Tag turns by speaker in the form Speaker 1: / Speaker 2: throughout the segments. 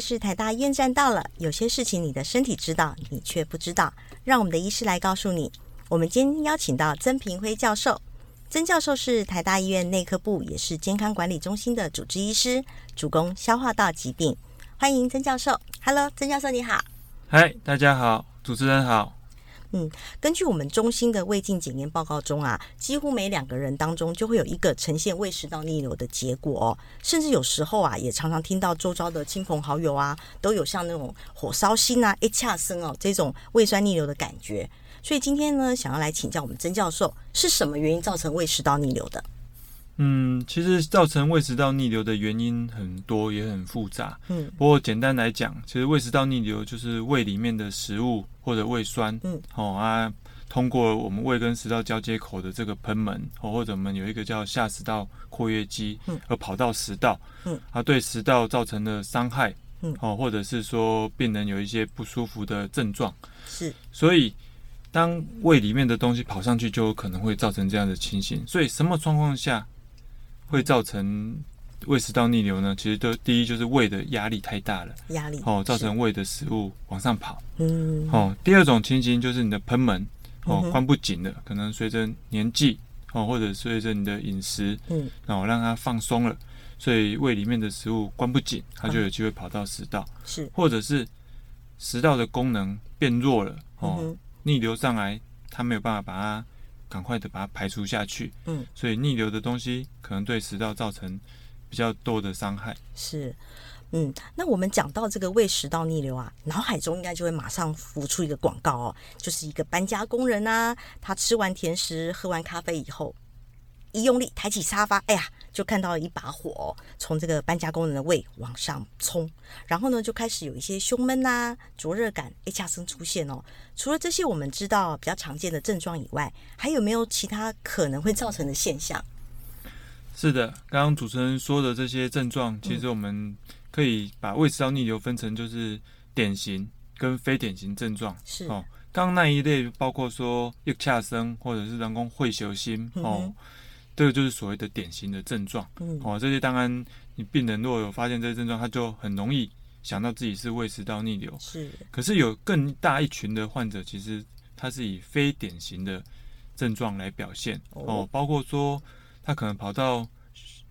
Speaker 1: 是台大医院站到了。有些事情你的身体知道，你却不知道，让我们的医师来告诉你。我们今天邀请到曾平辉教授，曾教授是台大医院内科部，也是健康管理中心的主治医师，主攻消化道疾病。欢迎曾教授。Hello，曾教授你好。
Speaker 2: 嗨，大家好，主持人好。
Speaker 1: 根据我们中心的胃镜检验报告中啊，几乎每两个人当中就会有一个呈现胃食道逆流的结果、哦，甚至有时候啊，也常常听到周遭的亲朋好友啊，都有像那种火烧心啊、一恰生哦这种胃酸逆流的感觉。所以今天呢，想要来请教我们曾教授，是什么原因造成胃食道逆流的？
Speaker 2: 嗯，其实造成胃食道逆流的原因很多，也很复杂。
Speaker 1: 嗯，
Speaker 2: 不过简单来讲，其实胃食道逆流就是胃里面的食物或者胃酸，
Speaker 1: 嗯，
Speaker 2: 哦啊，通过我们胃跟食道交接口的这个贲门，哦或者我们有一个叫下食道括约肌，
Speaker 1: 嗯，
Speaker 2: 而跑到食道，
Speaker 1: 嗯，
Speaker 2: 啊对食道造成了伤害，
Speaker 1: 嗯，
Speaker 2: 哦或者是说病人有一些不舒服的症状，
Speaker 1: 是
Speaker 2: 所以当胃里面的东西跑上去，就有可能会造成这样的情形。所以什么状况下会造成胃食道逆流呢？其实都第一就是胃的压力太大了，
Speaker 1: 压力
Speaker 2: 哦，造成胃的食物往上跑。
Speaker 1: 是嗯
Speaker 2: 哦，第二种情形就是你的贲门
Speaker 1: 嗯
Speaker 2: 哦
Speaker 1: 哼
Speaker 2: 关不紧了，可能随着年纪哦，或者随着你的饮食，
Speaker 1: 嗯，
Speaker 2: 然后让它放松了，所以胃里面的食物关不紧，它就有机会跑到食道，
Speaker 1: 是
Speaker 2: 或者是食道的功能变弱了
Speaker 1: 嗯
Speaker 2: 哦，
Speaker 1: 哼
Speaker 2: 逆流上来，它没有办法把它赶快的把它排除下去，
Speaker 1: 嗯，
Speaker 2: 所以逆流的东西可能对食道造成比较多的伤害。
Speaker 1: 是。嗯，那我们讲到这个胃食道逆流啊，脑海中应该就会马上浮出一个广告哦，就是一个搬家工人啊，他吃完甜食、喝完咖啡以后，一用力抬起沙发，哎呀，就看到一把火哦、从这个搬家工人的胃往上冲，然后呢，就开始有一些胸闷呐、灼热感、哎恰声出现哦。除了这些我们知道比较常见的症状以外，还有没有其他可能会造成的现象？
Speaker 2: 是的，刚刚主持人说的这些症状，其实我们可以把胃食道逆流分成就是典型跟非典型症状。
Speaker 1: 是，
Speaker 2: 哦刚刚那一类包括说腋下生或者是人工会球心
Speaker 1: 嗯
Speaker 2: 哦
Speaker 1: 哼，
Speaker 2: 这个就是所谓的典型的症状。
Speaker 1: 嗯，
Speaker 2: 哦，这些当然，你病人如果有发现这些症状，他就很容易想到自己是胃食道逆流。
Speaker 1: 是，
Speaker 2: 可是有更大一群的患者，其实他是以非典型的症状来表现
Speaker 1: 哦
Speaker 2: 哦，包括说他可能跑到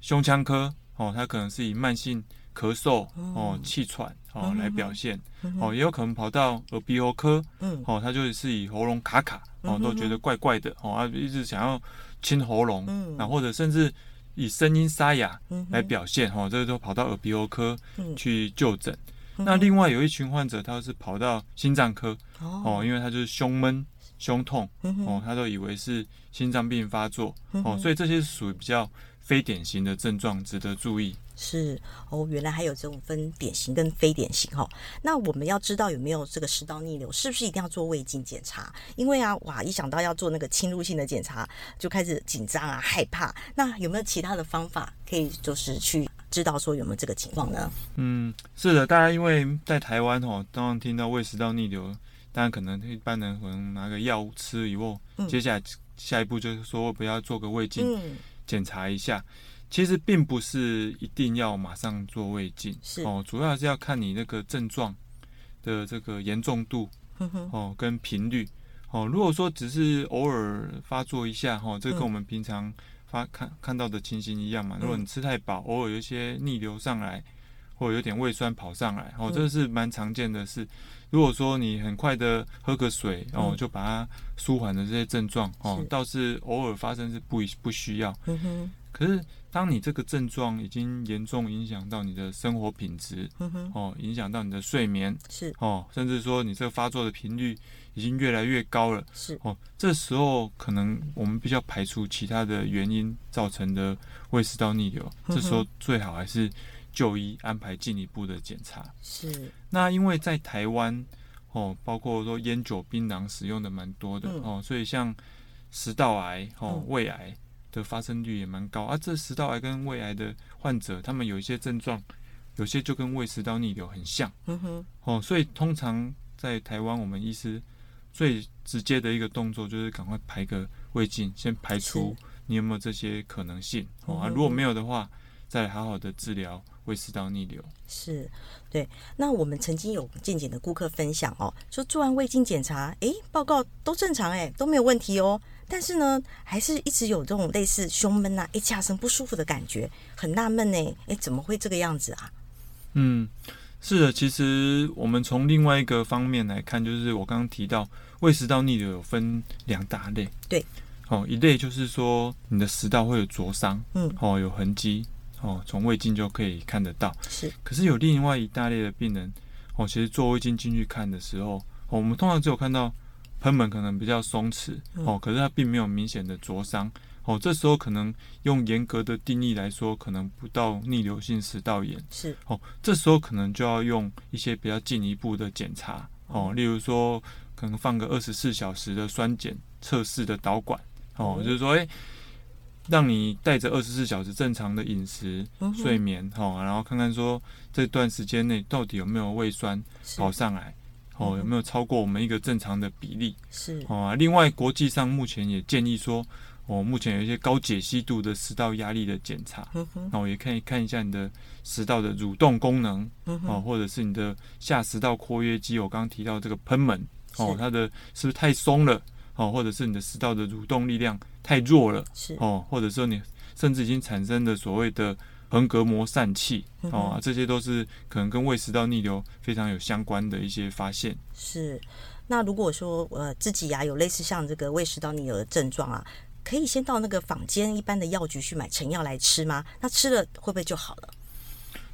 Speaker 2: 胸腔科哦，他可能是以慢性咳嗽哦
Speaker 1: 嗯、
Speaker 2: 气喘
Speaker 1: 嗯
Speaker 2: 哦
Speaker 1: 哼
Speaker 2: 来表现
Speaker 1: 嗯哼
Speaker 2: 哦，也有可能跑到耳鼻喉科
Speaker 1: 嗯，
Speaker 2: 哦，他就是以喉咙卡卡
Speaker 1: 嗯
Speaker 2: 哦
Speaker 1: 哼，
Speaker 2: 都觉得怪怪的哦，啊一直想要清喉咙，
Speaker 1: 嗯
Speaker 2: 然后或者甚至以声音沙哑
Speaker 1: 嗯哼
Speaker 2: 来表现哦，这都跑到耳鼻喉科
Speaker 1: 嗯
Speaker 2: 去就诊。
Speaker 1: 嗯
Speaker 2: 那
Speaker 1: 哼
Speaker 2: 另外有一群患者，他是跑到心脏科
Speaker 1: 哦
Speaker 2: 哦，因为他就是胸闷、胸痛
Speaker 1: 嗯哼嗯
Speaker 2: 哦，他都以为是心脏病发作哦，所以这些是属于比较非典型的症状，值得注意。
Speaker 1: 是哦，原来还有这种分典型跟非典型哦。那我们要知道有没有这个食道逆流，是不是一定要做胃镜检查？因为啊，哇，一想到要做那个侵入性的检查，就开始紧张啊，害怕。那有没有其他的方法可以就是去知道说有没有这个情况呢？
Speaker 2: 嗯，是的，大家因为在台湾哦，当然听到胃食道逆流，当然可能一般人可能拿个药物吃以后，
Speaker 1: 嗯
Speaker 2: 接下来下一步就是说不要做个胃镜
Speaker 1: 嗯，
Speaker 2: 检查一下。其实并不是一定要马上做胃镜，
Speaker 1: 是
Speaker 2: 哦，主要是要看你那个症状的这个严重度，
Speaker 1: 哼嗯哼，
Speaker 2: 哦跟频率哦。如果说只是偶尔发作一下哦，这
Speaker 1: 嗯
Speaker 2: 跟我们平常发看看到的情形一样嘛。如果
Speaker 1: 嗯
Speaker 2: 你吃太饱，偶尔有一些逆流上来，或者有点胃酸跑上来，哦
Speaker 1: 嗯，
Speaker 2: 这是蛮常见的事。如果说你很快的喝个水哦
Speaker 1: 嗯，
Speaker 2: 就把它舒缓的这些症状哦
Speaker 1: 是，
Speaker 2: 倒是偶尔发生是不不需要。
Speaker 1: 嗯哼，
Speaker 2: 可是当你这个症状已经严重影响到你的生活品质
Speaker 1: 嗯哼，
Speaker 2: 哦，影响到你的睡眠，
Speaker 1: 是
Speaker 2: 哦，甚至说你这个发作的频率已经越来越高了
Speaker 1: 是，
Speaker 2: 哦，这时候可能我们必须要排除其他的原因造成的胃食道逆流，
Speaker 1: 哼
Speaker 2: 这时候最好还是就医安排进一步的检查。
Speaker 1: 是，
Speaker 2: 那因为在台湾哦，包括说烟酒槟榔使用的蛮多的、
Speaker 1: 嗯
Speaker 2: 哦，所以像食道癌哦
Speaker 1: 嗯、
Speaker 2: 胃癌的发生率也蛮高啊。这食道癌跟胃癌的患者，他们有一些症状，有些就跟胃食道逆流很像。
Speaker 1: 嗯哼，
Speaker 2: 哦，所以通常在台湾，我们医师最直接的一个动作就是赶快排个胃镜，先排除你有没有这些可能性。哦，啊，
Speaker 1: 嗯哼
Speaker 2: 如果没有的话，再好好的治疗胃食道逆流。
Speaker 1: 是，对。那我们曾经有健检的顾客分享哦，说做完胃镜检查，诶，报告都正常，诶，都没有问题哦。但是呢，还是一直有这种类似胸闷啊、诶，下身不舒服的感觉，很纳闷呢。诶，怎么会这个样子啊？
Speaker 2: 嗯，是的，其实我们从另外一个方面来看，就是我刚刚提到胃食道逆流有分两大类。
Speaker 1: 对。
Speaker 2: 哦，一类就是说你的食道会有灼伤，
Speaker 1: 嗯，
Speaker 2: 哦，有痕迹，哦，从胃镜就可以看得到。
Speaker 1: 是，
Speaker 2: 可是有另外一大类的病人，哦，其实做胃镜进去看的时候，哦，我们通常只有看到喷门可能比较松弛，
Speaker 1: 嗯
Speaker 2: 哦，可是它并没有明显的灼伤，哦，这时候可能用严格的定义来说，可能不到逆流性食道炎，
Speaker 1: 是，
Speaker 2: 哦，这时候可能就要用一些比较进一步的检查，
Speaker 1: 嗯
Speaker 2: 哦，例如说可能放个二十四小时的酸碱测试的导管，哦，
Speaker 1: 哦
Speaker 2: 就是说，诶，让你带着二十四小时正常的饮食，
Speaker 1: 嗯哼
Speaker 2: 睡眠哦，然后看看说这段时间内到底有没有胃酸
Speaker 1: 是嗯
Speaker 2: 跑上来哦，有没有超过我们一个正常的比例
Speaker 1: 是，
Speaker 2: 哦、啊另外，国际上目前也建议说，哦，目前有一些高解析度的食道压力的检查，
Speaker 1: 嗯哼，
Speaker 2: 哦那我也可以看一下你的食道的蠕动功能
Speaker 1: 嗯
Speaker 2: 哦，
Speaker 1: 哼，
Speaker 2: 或者是你的下食道括约肌，我刚刚提到这个喷门哦
Speaker 1: 是，
Speaker 2: 它的是不是太松了哦，或者是你的食道的蠕动力量太弱了。
Speaker 1: 是，
Speaker 2: 哦，或者说你甚至已经产生的所谓的横膈膜疝气
Speaker 1: 嗯
Speaker 2: 哦、
Speaker 1: 哼
Speaker 2: 这些都是可能跟胃食道逆流非常有相关的一些发现。
Speaker 1: 是。那如果说呃自己呀、有类似像这个胃食道逆流的症状啊，可以先到那个坊间一般的药局去买成药来吃吗？那吃了会不会就好了？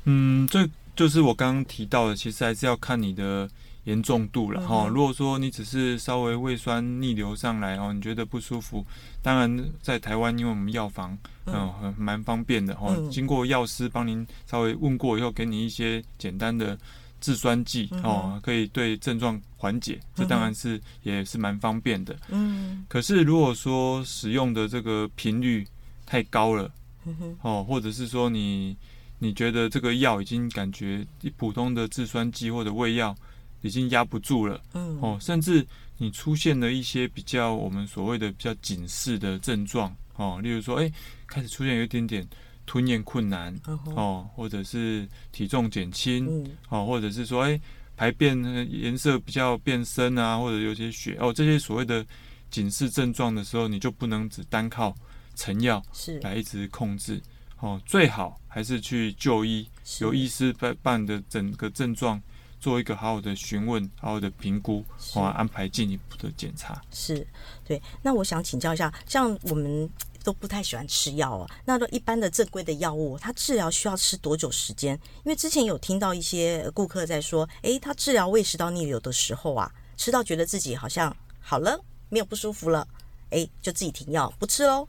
Speaker 2: 嗯，这就是我刚刚提到的，其实还是要看你的严重度了
Speaker 1: 嗯
Speaker 2: 哈、
Speaker 1: 哼
Speaker 2: 如果说你只是稍微胃酸逆流上来哦，你觉得不舒服，当然在台湾，因为我们药房嗯、
Speaker 1: 嗯
Speaker 2: 很蛮方便的哈、
Speaker 1: 嗯
Speaker 2: 经过药师帮您稍微问过以后，给你一些简单的。制酸剂
Speaker 1: 嗯哼
Speaker 2: 哦，可以对症状缓解，这当
Speaker 1: 嗯
Speaker 2: 然是、也是蛮方便的。
Speaker 1: 嗯
Speaker 2: 可是如果说使用的这个频率太高了
Speaker 1: 嗯哼，
Speaker 2: 哦，或者是说你你觉得这个药已经感觉普通的制酸剂或者胃药已经压不住了
Speaker 1: 嗯
Speaker 2: 哦，甚至你出现了一些比较我们所谓的比较警示的症状哦，例如说哎开始出现有一点点吞咽困难
Speaker 1: 嗯哼
Speaker 2: 哦，或者是体重减轻
Speaker 1: 嗯
Speaker 2: 哦，或者是说，哎，排便呃颜色比较变深啊，或者有些血哦，这些所谓的警示症状的时候，你就不能只单靠成药
Speaker 1: 是
Speaker 2: 来一直控制哦，最好还是去就医，
Speaker 1: 是
Speaker 2: 由医师办办的整个症状做一个好好的询问，好好的评估，
Speaker 1: 是
Speaker 2: 哦，安排进一步的检查。
Speaker 1: 是，对。那我想请教一下，像我们都不太喜欢吃药哦，那都一般的正规的药物，它治疗需要吃多久时间？因为之前有听到一些呃顾客在说，诶，他治疗胃食道逆流的时候啊，吃到觉得自己好像好了，没有不舒服了，诶，就自己停药不吃喽。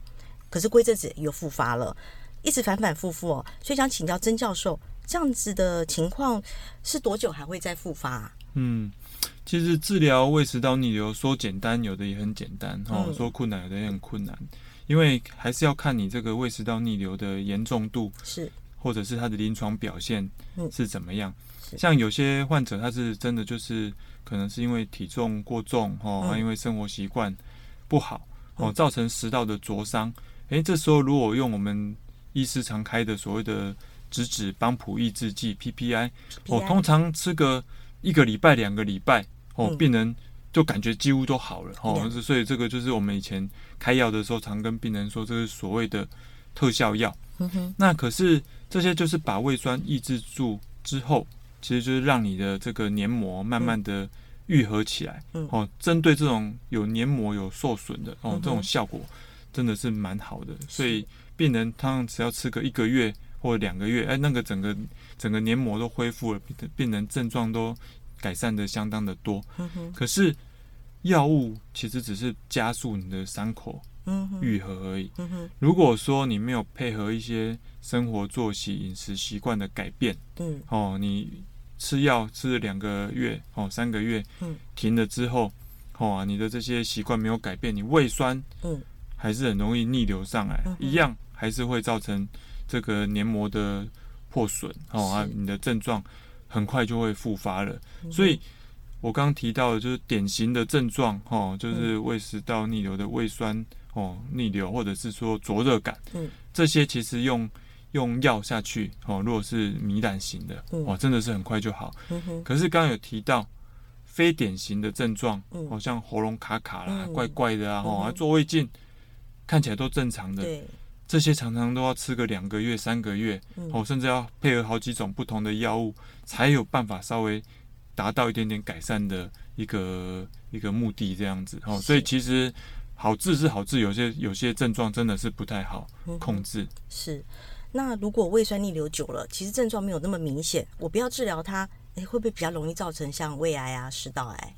Speaker 1: 可是过一阵子又复发了，一直反反复复哦。所以想请教曾教授，这样子的情况是多久还会再复发、啊？
Speaker 2: 嗯，其实治疗胃食道逆流说简单，有的也很简单哦；
Speaker 1: 嗯
Speaker 2: 说困难，有的也很困难，因为还是要看你这个胃食道逆流的严重度，
Speaker 1: 是
Speaker 2: 或者是它的临床表现
Speaker 1: 嗯
Speaker 2: 是怎么样。
Speaker 1: 是
Speaker 2: 像有些患者，他是真的就是可能是因为体重过重哦，
Speaker 1: 嗯
Speaker 2: 啊因为生活习惯不好哦，
Speaker 1: 嗯
Speaker 2: 造成食道的灼伤。诶，这时候如果用我们医师常开的所谓的质子帮浦抑制剂 PPI，哦，
Speaker 1: PI
Speaker 2: 通常吃个一个礼拜、两个礼拜，哦，
Speaker 1: 嗯
Speaker 2: 病人就感觉几乎都好了，哦
Speaker 1: 了，
Speaker 2: 是所以这个就是我们以前开药的时候常跟病人说，这是所谓的特效药。
Speaker 1: 嗯哼，
Speaker 2: 那可是这些就是把胃酸抑制住之后，其实就是让你的这个黏膜慢慢的愈合起来。
Speaker 1: 嗯
Speaker 2: 哦，针对这种有黏膜有受损的
Speaker 1: 嗯
Speaker 2: 哦
Speaker 1: 哼，
Speaker 2: 这种效果真的是蛮好的。所以病人他们只要吃个一个月或两个月，哎，那个整个整个黏膜都恢复了，病病人症状都改善的相当的多。
Speaker 1: 嗯哼，
Speaker 2: 可是药物其实只是加速你的伤口
Speaker 1: 嗯哼，
Speaker 2: 愈合而已。
Speaker 1: 嗯哼，
Speaker 2: 如果说你没有配合一些生活作息、饮食习惯的改变，
Speaker 1: 嗯。
Speaker 2: 哦，你吃药吃了两个月，哦，三个月，
Speaker 1: 嗯，
Speaker 2: 停了之后，哦，你的这些习惯没有改变，你胃酸，
Speaker 1: 嗯，
Speaker 2: 还是很容易逆流上来，
Speaker 1: 嗯哼
Speaker 2: 一样还是会造成这个黏膜的破损，哦，啊
Speaker 1: 是，
Speaker 2: 你的症状很快就会复发了。
Speaker 1: 嗯
Speaker 2: 所以我刚刚提到的就是典型的症状哦，
Speaker 1: 嗯
Speaker 2: 就是胃食道逆流的胃酸哦逆流，或者是说灼热感，
Speaker 1: 嗯
Speaker 2: 这些其实用用药下去哦，如果是糜烂型的
Speaker 1: 嗯
Speaker 2: 哦，真的是很快就好。
Speaker 1: 嗯哼，
Speaker 2: 可是刚刚有提到非典型的症状，
Speaker 1: 嗯
Speaker 2: 好、像喉咙卡卡啦、
Speaker 1: 嗯
Speaker 2: 怪怪的啊，
Speaker 1: 嗯
Speaker 2: 哦，
Speaker 1: 哼
Speaker 2: 还做胃镜，看起来都正常的，
Speaker 1: 对，
Speaker 2: 这些常常都要吃个两个月、三个月，
Speaker 1: 嗯
Speaker 2: 哦，甚至要配合好几种不同的药物，才有办法稍微达到一点点改善的一个一个目的这样子哦。
Speaker 1: 是
Speaker 2: 所以其实好治是好治，有些有些症状真的是不太好
Speaker 1: 嗯
Speaker 2: 控制。
Speaker 1: 是。那如果胃酸逆流久了，其实症状没有那么明显，我不要治疗它，诶，会不会比较容易造成像胃癌啊、食道癌？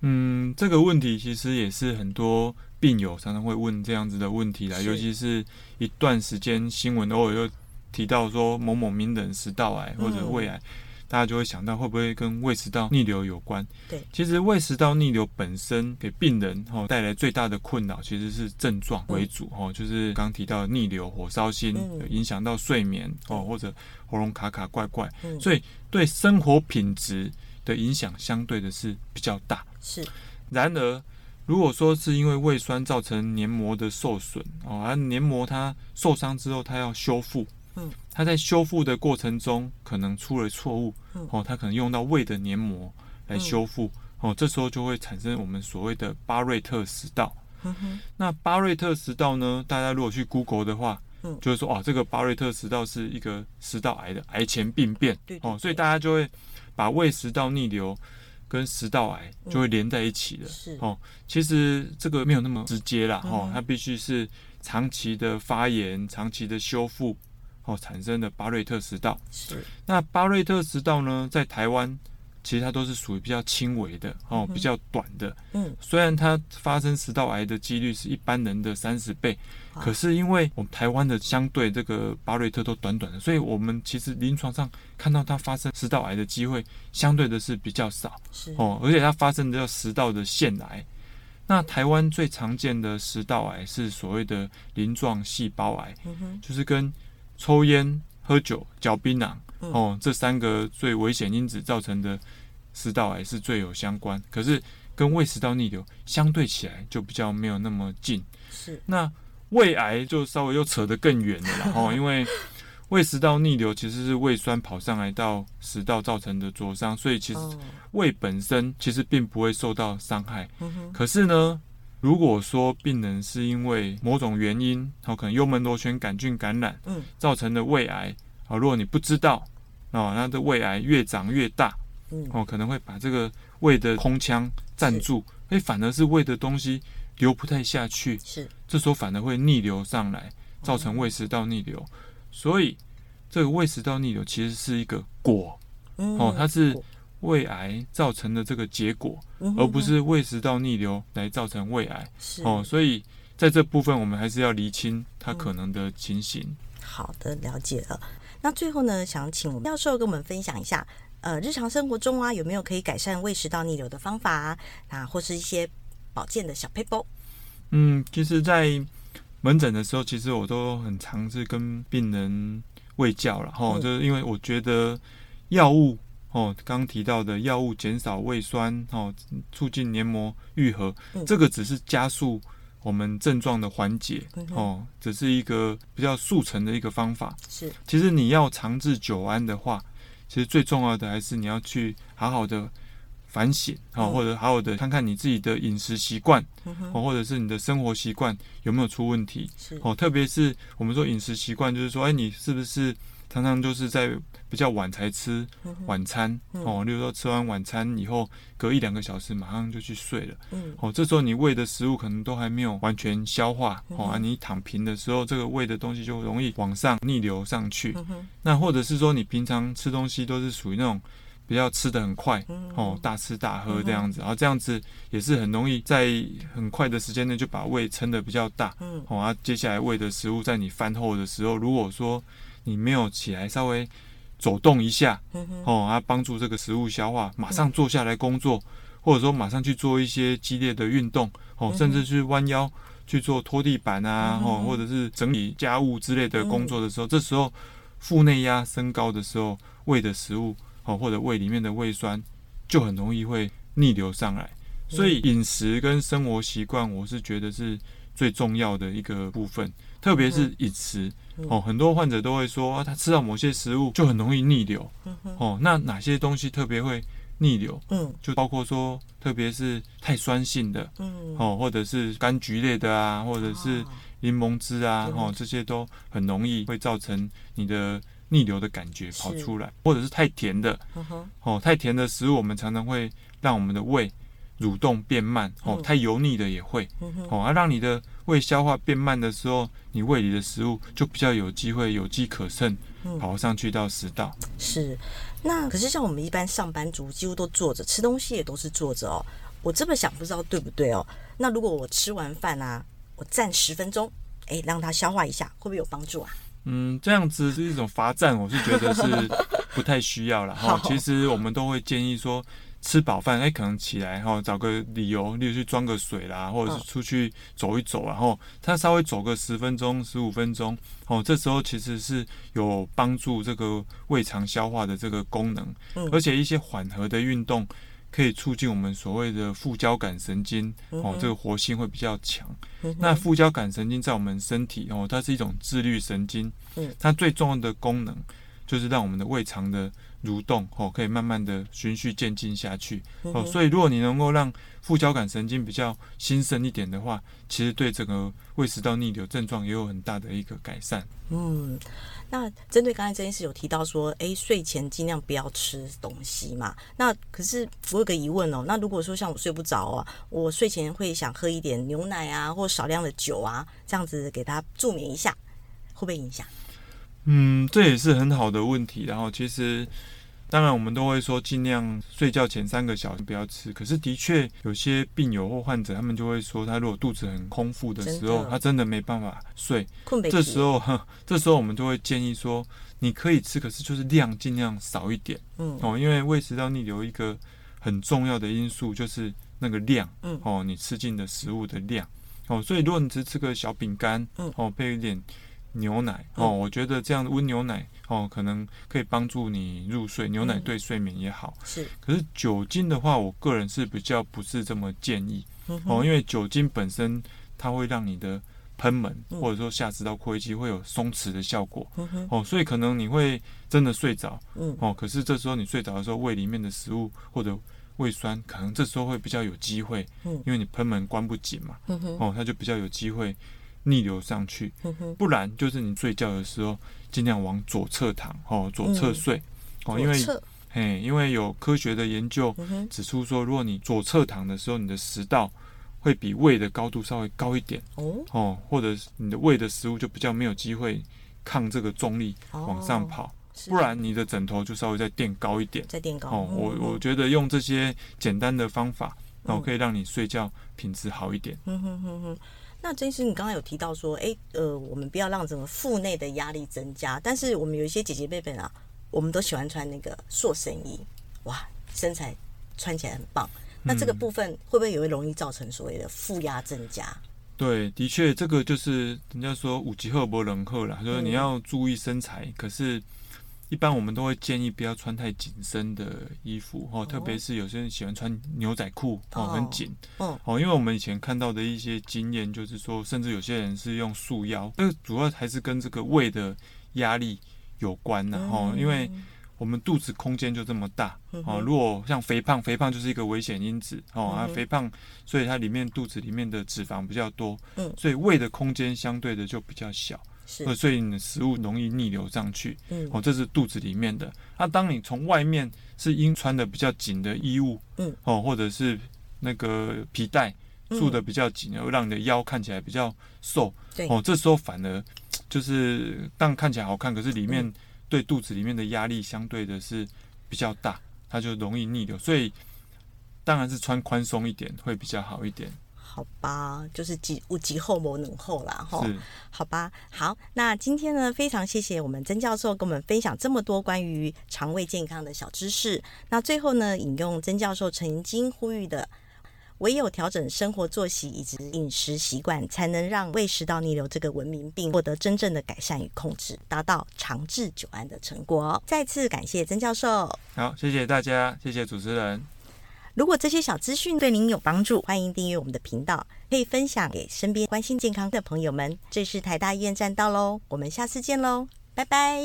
Speaker 2: 嗯，这个问题其实也是很多病友常常会问这样子的问题啦，
Speaker 1: 是
Speaker 2: 尤其是一段时间新闻偶尔又提到说某某名人食道癌或者
Speaker 1: 嗯
Speaker 2: 胃癌，大家就会想到会不会跟胃食道逆流有关？
Speaker 1: 对，
Speaker 2: 其实胃食道逆流本身给病人哦带来最大的困扰其实是症状为主、哦，就是刚提到的逆流、火烧心，
Speaker 1: 嗯
Speaker 2: 有影响到睡眠哦，
Speaker 1: 对
Speaker 2: 或者喉咙卡卡怪怪，
Speaker 1: 嗯
Speaker 2: 所以对生活品质的影响相对的是比较大。
Speaker 1: 是，
Speaker 2: 然而，如果说是因为胃酸造成黏膜的受损哦，而黏膜它受伤之后，它要修复，
Speaker 1: 嗯，
Speaker 2: 它在修复的过程中可能出了错误
Speaker 1: 嗯，
Speaker 2: 哦，它可能用到胃的黏膜来
Speaker 1: 嗯
Speaker 2: 修复，哦，这时候就会产生我们所谓的巴瑞特食道。
Speaker 1: 嗯哼，
Speaker 2: 那巴瑞特食道呢？大家如果去 Google 的话，
Speaker 1: 嗯
Speaker 2: 就是说哦，这个巴瑞特食道是一个食道癌的癌前病变，
Speaker 1: 对对
Speaker 2: 哦，所
Speaker 1: 对
Speaker 2: 以大家就会把胃食道逆流跟食道癌就会连在一起了。
Speaker 1: 嗯是，
Speaker 2: 哦，其实这个没有那么直接啦，
Speaker 1: 嗯
Speaker 2: 哦
Speaker 1: 哼，
Speaker 2: 它必须是长期的发炎、长期的修复，哦产生的巴瑞特食道。
Speaker 1: 是，
Speaker 2: 那巴瑞特食道呢，在台湾其实它都是属于比较轻微的，
Speaker 1: 嗯
Speaker 2: 哦，
Speaker 1: 哼
Speaker 2: 比较短的。
Speaker 1: 嗯，
Speaker 2: 虽然它发生食道癌的几率是一般人的三十倍，
Speaker 1: 哇
Speaker 2: 可是因为我们台湾的相对这个巴瑞特都短短的，所以我们其实临床上看到它发生食道癌的机会相对的是比较少
Speaker 1: 是，
Speaker 2: 哦，而且它发生的叫食道的腺癌。那台湾最常见的食道癌是所谓的鳞状细胞癌，
Speaker 1: 嗯哼，
Speaker 2: 就是跟抽烟、喝酒、嚼槟榔、
Speaker 1: 嗯
Speaker 2: 哦这三个最危险因子造成的食道癌是最有相关，可是跟胃食道逆流相对起来就比较没有那么近。
Speaker 1: 是，
Speaker 2: 那胃癌就稍微又扯得更远了啦，哦，因为胃食道逆流其实是胃酸跑上来到食道造成的灼伤，所以其实
Speaker 1: 哦，
Speaker 2: 胃本身其实并不会受到伤害。
Speaker 1: 嗯哼，
Speaker 2: 可是呢，如果说病人是因为某种原因，哦，可能幽门螺旋杆菌感染，
Speaker 1: 嗯，
Speaker 2: 造成的胃癌，哦，如果你不知道，哦，那这胃癌越长越大，
Speaker 1: 嗯，
Speaker 2: 哦，可能会把这个胃的空腔占住，哎，反而是胃的东西流不太下去，
Speaker 1: 是，
Speaker 2: 这时候反而会逆流上来，
Speaker 1: 哦
Speaker 2: 造成胃食道逆流，所以这个胃食道逆流其实是一个果，
Speaker 1: 嗯，
Speaker 2: 哦，它是
Speaker 1: 果
Speaker 2: 胃癌造成的这个结果。
Speaker 1: 嗯哼
Speaker 2: 而哦不是胃食道逆流来造成胃癌
Speaker 1: 是嗯
Speaker 2: 哦，所以在这部分我们还是要厘清它可能的情形。
Speaker 1: 好的，了解了。那最后呢，想请我们教授跟我们分享一下，呃，日常生活中啊，有没有可以改善胃食道逆流的方法啊？那或是一些保健的小 paper？
Speaker 2: 嗯，其实，在门诊的时候，其实我都很尝试跟病人喂教了哈，
Speaker 1: 嗯
Speaker 2: 就是因为我觉得药物哦，刚提到的药物减少胃酸哦，促进黏膜愈合，
Speaker 1: 嗯
Speaker 2: 这个只是加速我们症状的缓解
Speaker 1: 嗯哼
Speaker 2: 哦，只是一个比较速成的一个方法。
Speaker 1: 是，
Speaker 2: 其实你要长治久安的话，其实最重要的还是你要去好好的反省啊、
Speaker 1: 嗯
Speaker 2: 或者好好的看看你自己的饮食习惯、
Speaker 1: 嗯哼，
Speaker 2: 哦，或者是你的生活习惯有没有出问题
Speaker 1: 是，
Speaker 2: 哦。特别是我们说饮食习惯，就是说，哎，你是不是常常就是在比较晚才吃
Speaker 1: 嗯哼
Speaker 2: 晚餐、
Speaker 1: 嗯
Speaker 2: 哦？例如说吃完晚餐以后，隔一两个小时马上就去睡了。
Speaker 1: 嗯，
Speaker 2: 哦，这时候你胃的食物可能都还没有完全消化
Speaker 1: 嗯
Speaker 2: 哦，啊，你躺平的时候，这个胃的东西就容易往上逆流上去。
Speaker 1: 嗯哼，
Speaker 2: 那或者是说你平常吃东西都是属于那种比较吃的很快
Speaker 1: 嗯，
Speaker 2: 哦，，大吃大喝这样子，然后这样子也是很容易在很快的时间内就把胃撑得比较大
Speaker 1: 嗯，
Speaker 2: 哦，啊，接下来胃的食物在你饭后的时候，如果说你没有起来稍微走动一下，
Speaker 1: 嗯哼，
Speaker 2: 哦，啊，帮助这个食物消化，马上坐下来工作，或者说马上去做一些激烈的运动，哦
Speaker 1: 嗯，哼
Speaker 2: 甚至去弯腰去做拖地板啊，
Speaker 1: 嗯哼
Speaker 2: 哦，或者是整理家务之类的
Speaker 1: 嗯
Speaker 2: 工作的时候，这时候腹内压升高的时候，胃的食物哦，或者胃里面的胃酸就很
Speaker 1: 嗯
Speaker 2: 容易会逆流上来。所以饮食跟生活习惯，我是觉得是最重要的一个部分，特别
Speaker 1: 嗯
Speaker 2: 是饮食、哦，很多患者都会说、啊他吃到某些食物就很容易逆流、哦。那哪些东西特别会逆流？
Speaker 1: 嗯
Speaker 2: 就包括说，特别是太酸性的
Speaker 1: 嗯，
Speaker 2: 哦，或者是柑橘类的啊，或者是
Speaker 1: 哦
Speaker 2: 柠檬汁啊，
Speaker 1: 柠檬
Speaker 2: 哦，这些都很容易会造成你的逆流的感觉跑
Speaker 1: 是
Speaker 2: 出来，或者是太甜的，
Speaker 1: 嗯哼，
Speaker 2: 哦，太甜的食物，我们常常会让我们的胃蠕动变慢。哦
Speaker 1: 嗯，
Speaker 2: 太油腻的也会。
Speaker 1: 嗯哼，
Speaker 2: 哦，啊，让你的胃消化变慢的时候，你胃里的食物就比较有机会有机可乘
Speaker 1: 嗯，
Speaker 2: 跑上去到食道。
Speaker 1: 是。那可是像我们一般上班族，几乎都坐着，吃东西也都是坐着哦。我这么想不知道对不对哦。那如果我吃完饭啊，我站十分钟，哎，让它消化一下，会不会有帮助啊？
Speaker 2: 嗯，这样子是一种罚站，我是觉 得是不太需要了。哈、
Speaker 1: 好
Speaker 2: 其实我们都会建议说，吃饱饭，哎、可能起来哈、找个理由，例如去装个水啦，或者
Speaker 1: 嗯
Speaker 2: 是出去走一走啊，然后他稍微走个十分钟、十五分钟，哦，这时候其实是有帮助这个胃肠消化的这个功能，
Speaker 1: 嗯
Speaker 2: 而且一些缓和的运动。可以促进我们所谓的副交感神经哦，这个活性会比较强。
Speaker 1: 嗯
Speaker 2: 那副交感神经在我们身体哦，它是一种自律神经，
Speaker 1: 嗯
Speaker 2: 它最重要的功能就是让我们的胃肠的蠕动哦，可以慢慢的循序渐进下去
Speaker 1: 嗯
Speaker 2: 哦。所以如果你能够让副交感神经比较兴盛一点的话，其实对整个胃食道逆流症状也有很大的一个改善。
Speaker 1: 嗯，那针对刚才这件事有提到说，诶，睡前尽量不要吃东西嘛。那可是我有个疑问哦，那如果说像我睡不着啊，我睡前会想喝一点牛奶啊，或少量的酒啊，这样子给它助眠一下，会不会影响？
Speaker 2: 嗯，这也是很好的问题。然后其实，当然我们都会说尽量睡觉前三个小时不要吃。可是的确有些病友或患者，他们就会说，他如果肚子很空腹的时
Speaker 1: 真
Speaker 2: 候，
Speaker 1: 的
Speaker 2: 他真的没办法睡。
Speaker 1: 困北
Speaker 2: 这时候，呵这时候我们就会建议说，你可以吃，可是就是量尽量少一点。
Speaker 1: 嗯
Speaker 2: 哦，因为胃食道逆流一个很重要的因素就是那个量，
Speaker 1: 嗯
Speaker 2: 哦，你吃进的食物的量，哦，所以如果你只吃个小饼干，
Speaker 1: 嗯
Speaker 2: 哦，配一点牛奶，哦，我觉得这样温牛奶，哦，可能可以帮助你入睡，牛奶
Speaker 1: 嗯
Speaker 2: 对睡眠也好。
Speaker 1: 是，
Speaker 2: 可是酒精的话，我个人是比较不是这么建议，
Speaker 1: 嗯
Speaker 2: 哦，
Speaker 1: 哼，
Speaker 2: 因为酒精本身它会让你的喷门
Speaker 1: 嗯
Speaker 2: 或者说下食道括约肌会有松弛的效果，
Speaker 1: 嗯哼，
Speaker 2: 哦，所以可能你会真的睡着。
Speaker 1: 嗯
Speaker 2: 哦，可是这时候你睡着的时候，胃里面的食物或者胃酸，可能这时候会比较有机会，
Speaker 1: 嗯
Speaker 2: 因为你喷门关不紧嘛，
Speaker 1: 嗯哼，
Speaker 2: 哦，它就比较有机会逆流上去。
Speaker 1: 嗯哼，
Speaker 2: 不然就是你睡觉的时候尽量往左侧躺，哦，左侧
Speaker 1: 嗯
Speaker 2: 睡，哦，
Speaker 1: 左
Speaker 2: 因为
Speaker 1: 侧，
Speaker 2: 嘿，因为有科学的研究
Speaker 1: 嗯哼，
Speaker 2: 指出说，如果你左侧躺的时候，你的食道会比胃的高度稍微高一点，
Speaker 1: 哦，
Speaker 2: 哦，或者是你的胃的食物就比较没有机会抗这个重力往上
Speaker 1: 哦，
Speaker 2: 跑。
Speaker 1: 是
Speaker 2: 不然你的枕头就稍微再垫高一点。
Speaker 1: 再垫高。
Speaker 2: 哦，
Speaker 1: 嗯
Speaker 2: 我我
Speaker 1: 嗯
Speaker 2: 觉得用这些简单的方法，然后
Speaker 1: 嗯
Speaker 2: 可以让你睡觉品质好一点。
Speaker 1: 嗯哼哼哼，那真是你刚刚有提到说，诶，呃，我们不要让整个腹内的压力增加，但是我们有一些姐姐妹妹啊，我们都喜欢穿那个塑身衣，哇，身材穿起来很棒。
Speaker 2: 嗯
Speaker 1: 那这个部分会不会也会容易造成所谓的负压增加？
Speaker 2: 对，的确，这个就是人家说五级赫伯冷赫啦，就是你
Speaker 1: 嗯
Speaker 2: 要注意身材。可是，一般我们都会建议不要穿太紧身的衣服哦，特别是有些人喜欢穿牛仔裤哦，
Speaker 1: 哦
Speaker 2: 很紧
Speaker 1: 嗯
Speaker 2: 哦，因为我们以前看到的一些经验就是说，甚至有些人是用束腰，这个主要还是跟这个胃的压力有关呐、哦，因为。我们肚子空间就这么大
Speaker 1: 嗯
Speaker 2: 哦。
Speaker 1: 哼
Speaker 2: 如果像肥胖，肥胖就是一个危险因子哦。啊
Speaker 1: 嗯，哼
Speaker 2: 肥胖，所以它里面肚子里面的脂肪比较多，
Speaker 1: 嗯
Speaker 2: 所以胃的空间相对的就比较小，
Speaker 1: 是
Speaker 2: 呃，所以你的食物容易逆流上去
Speaker 1: 嗯
Speaker 2: 哦。这是肚子里面的。那、当你从外面是因穿的比较紧的衣物，
Speaker 1: 嗯
Speaker 2: 哦，或者是那个皮带束的比较紧，然后让你的腰看起来比较瘦，
Speaker 1: 对
Speaker 2: 哦，这时候反而就是让看起来好看，可是里
Speaker 1: 嗯
Speaker 2: 面对肚子里面的压力相对的是比较大，它就容易逆流，所以当然是穿宽松一点会比较好一点。
Speaker 1: 好吧，就是几五级后某能后啦哈。吼
Speaker 2: 是，
Speaker 1: 好吧，好，那今天呢，非常谢谢我们曾教授跟我们分享这么多关于肠胃健康的小知识。那最后呢，引用曾教授曾经呼吁的。唯有调整生活作息以及饮食习惯，才能让胃食道逆流这个文明病获得真正的改善与控制，达到长治久哦安的成果。再次感谢曾教授。
Speaker 2: 好，谢谢大家，谢谢主持人。
Speaker 1: 如果这些小资讯对您有帮助，欢迎订阅我们的频道，可以分享给身边关心健康的朋友们。这是台大医院站到喽，我们下次见喽，拜拜。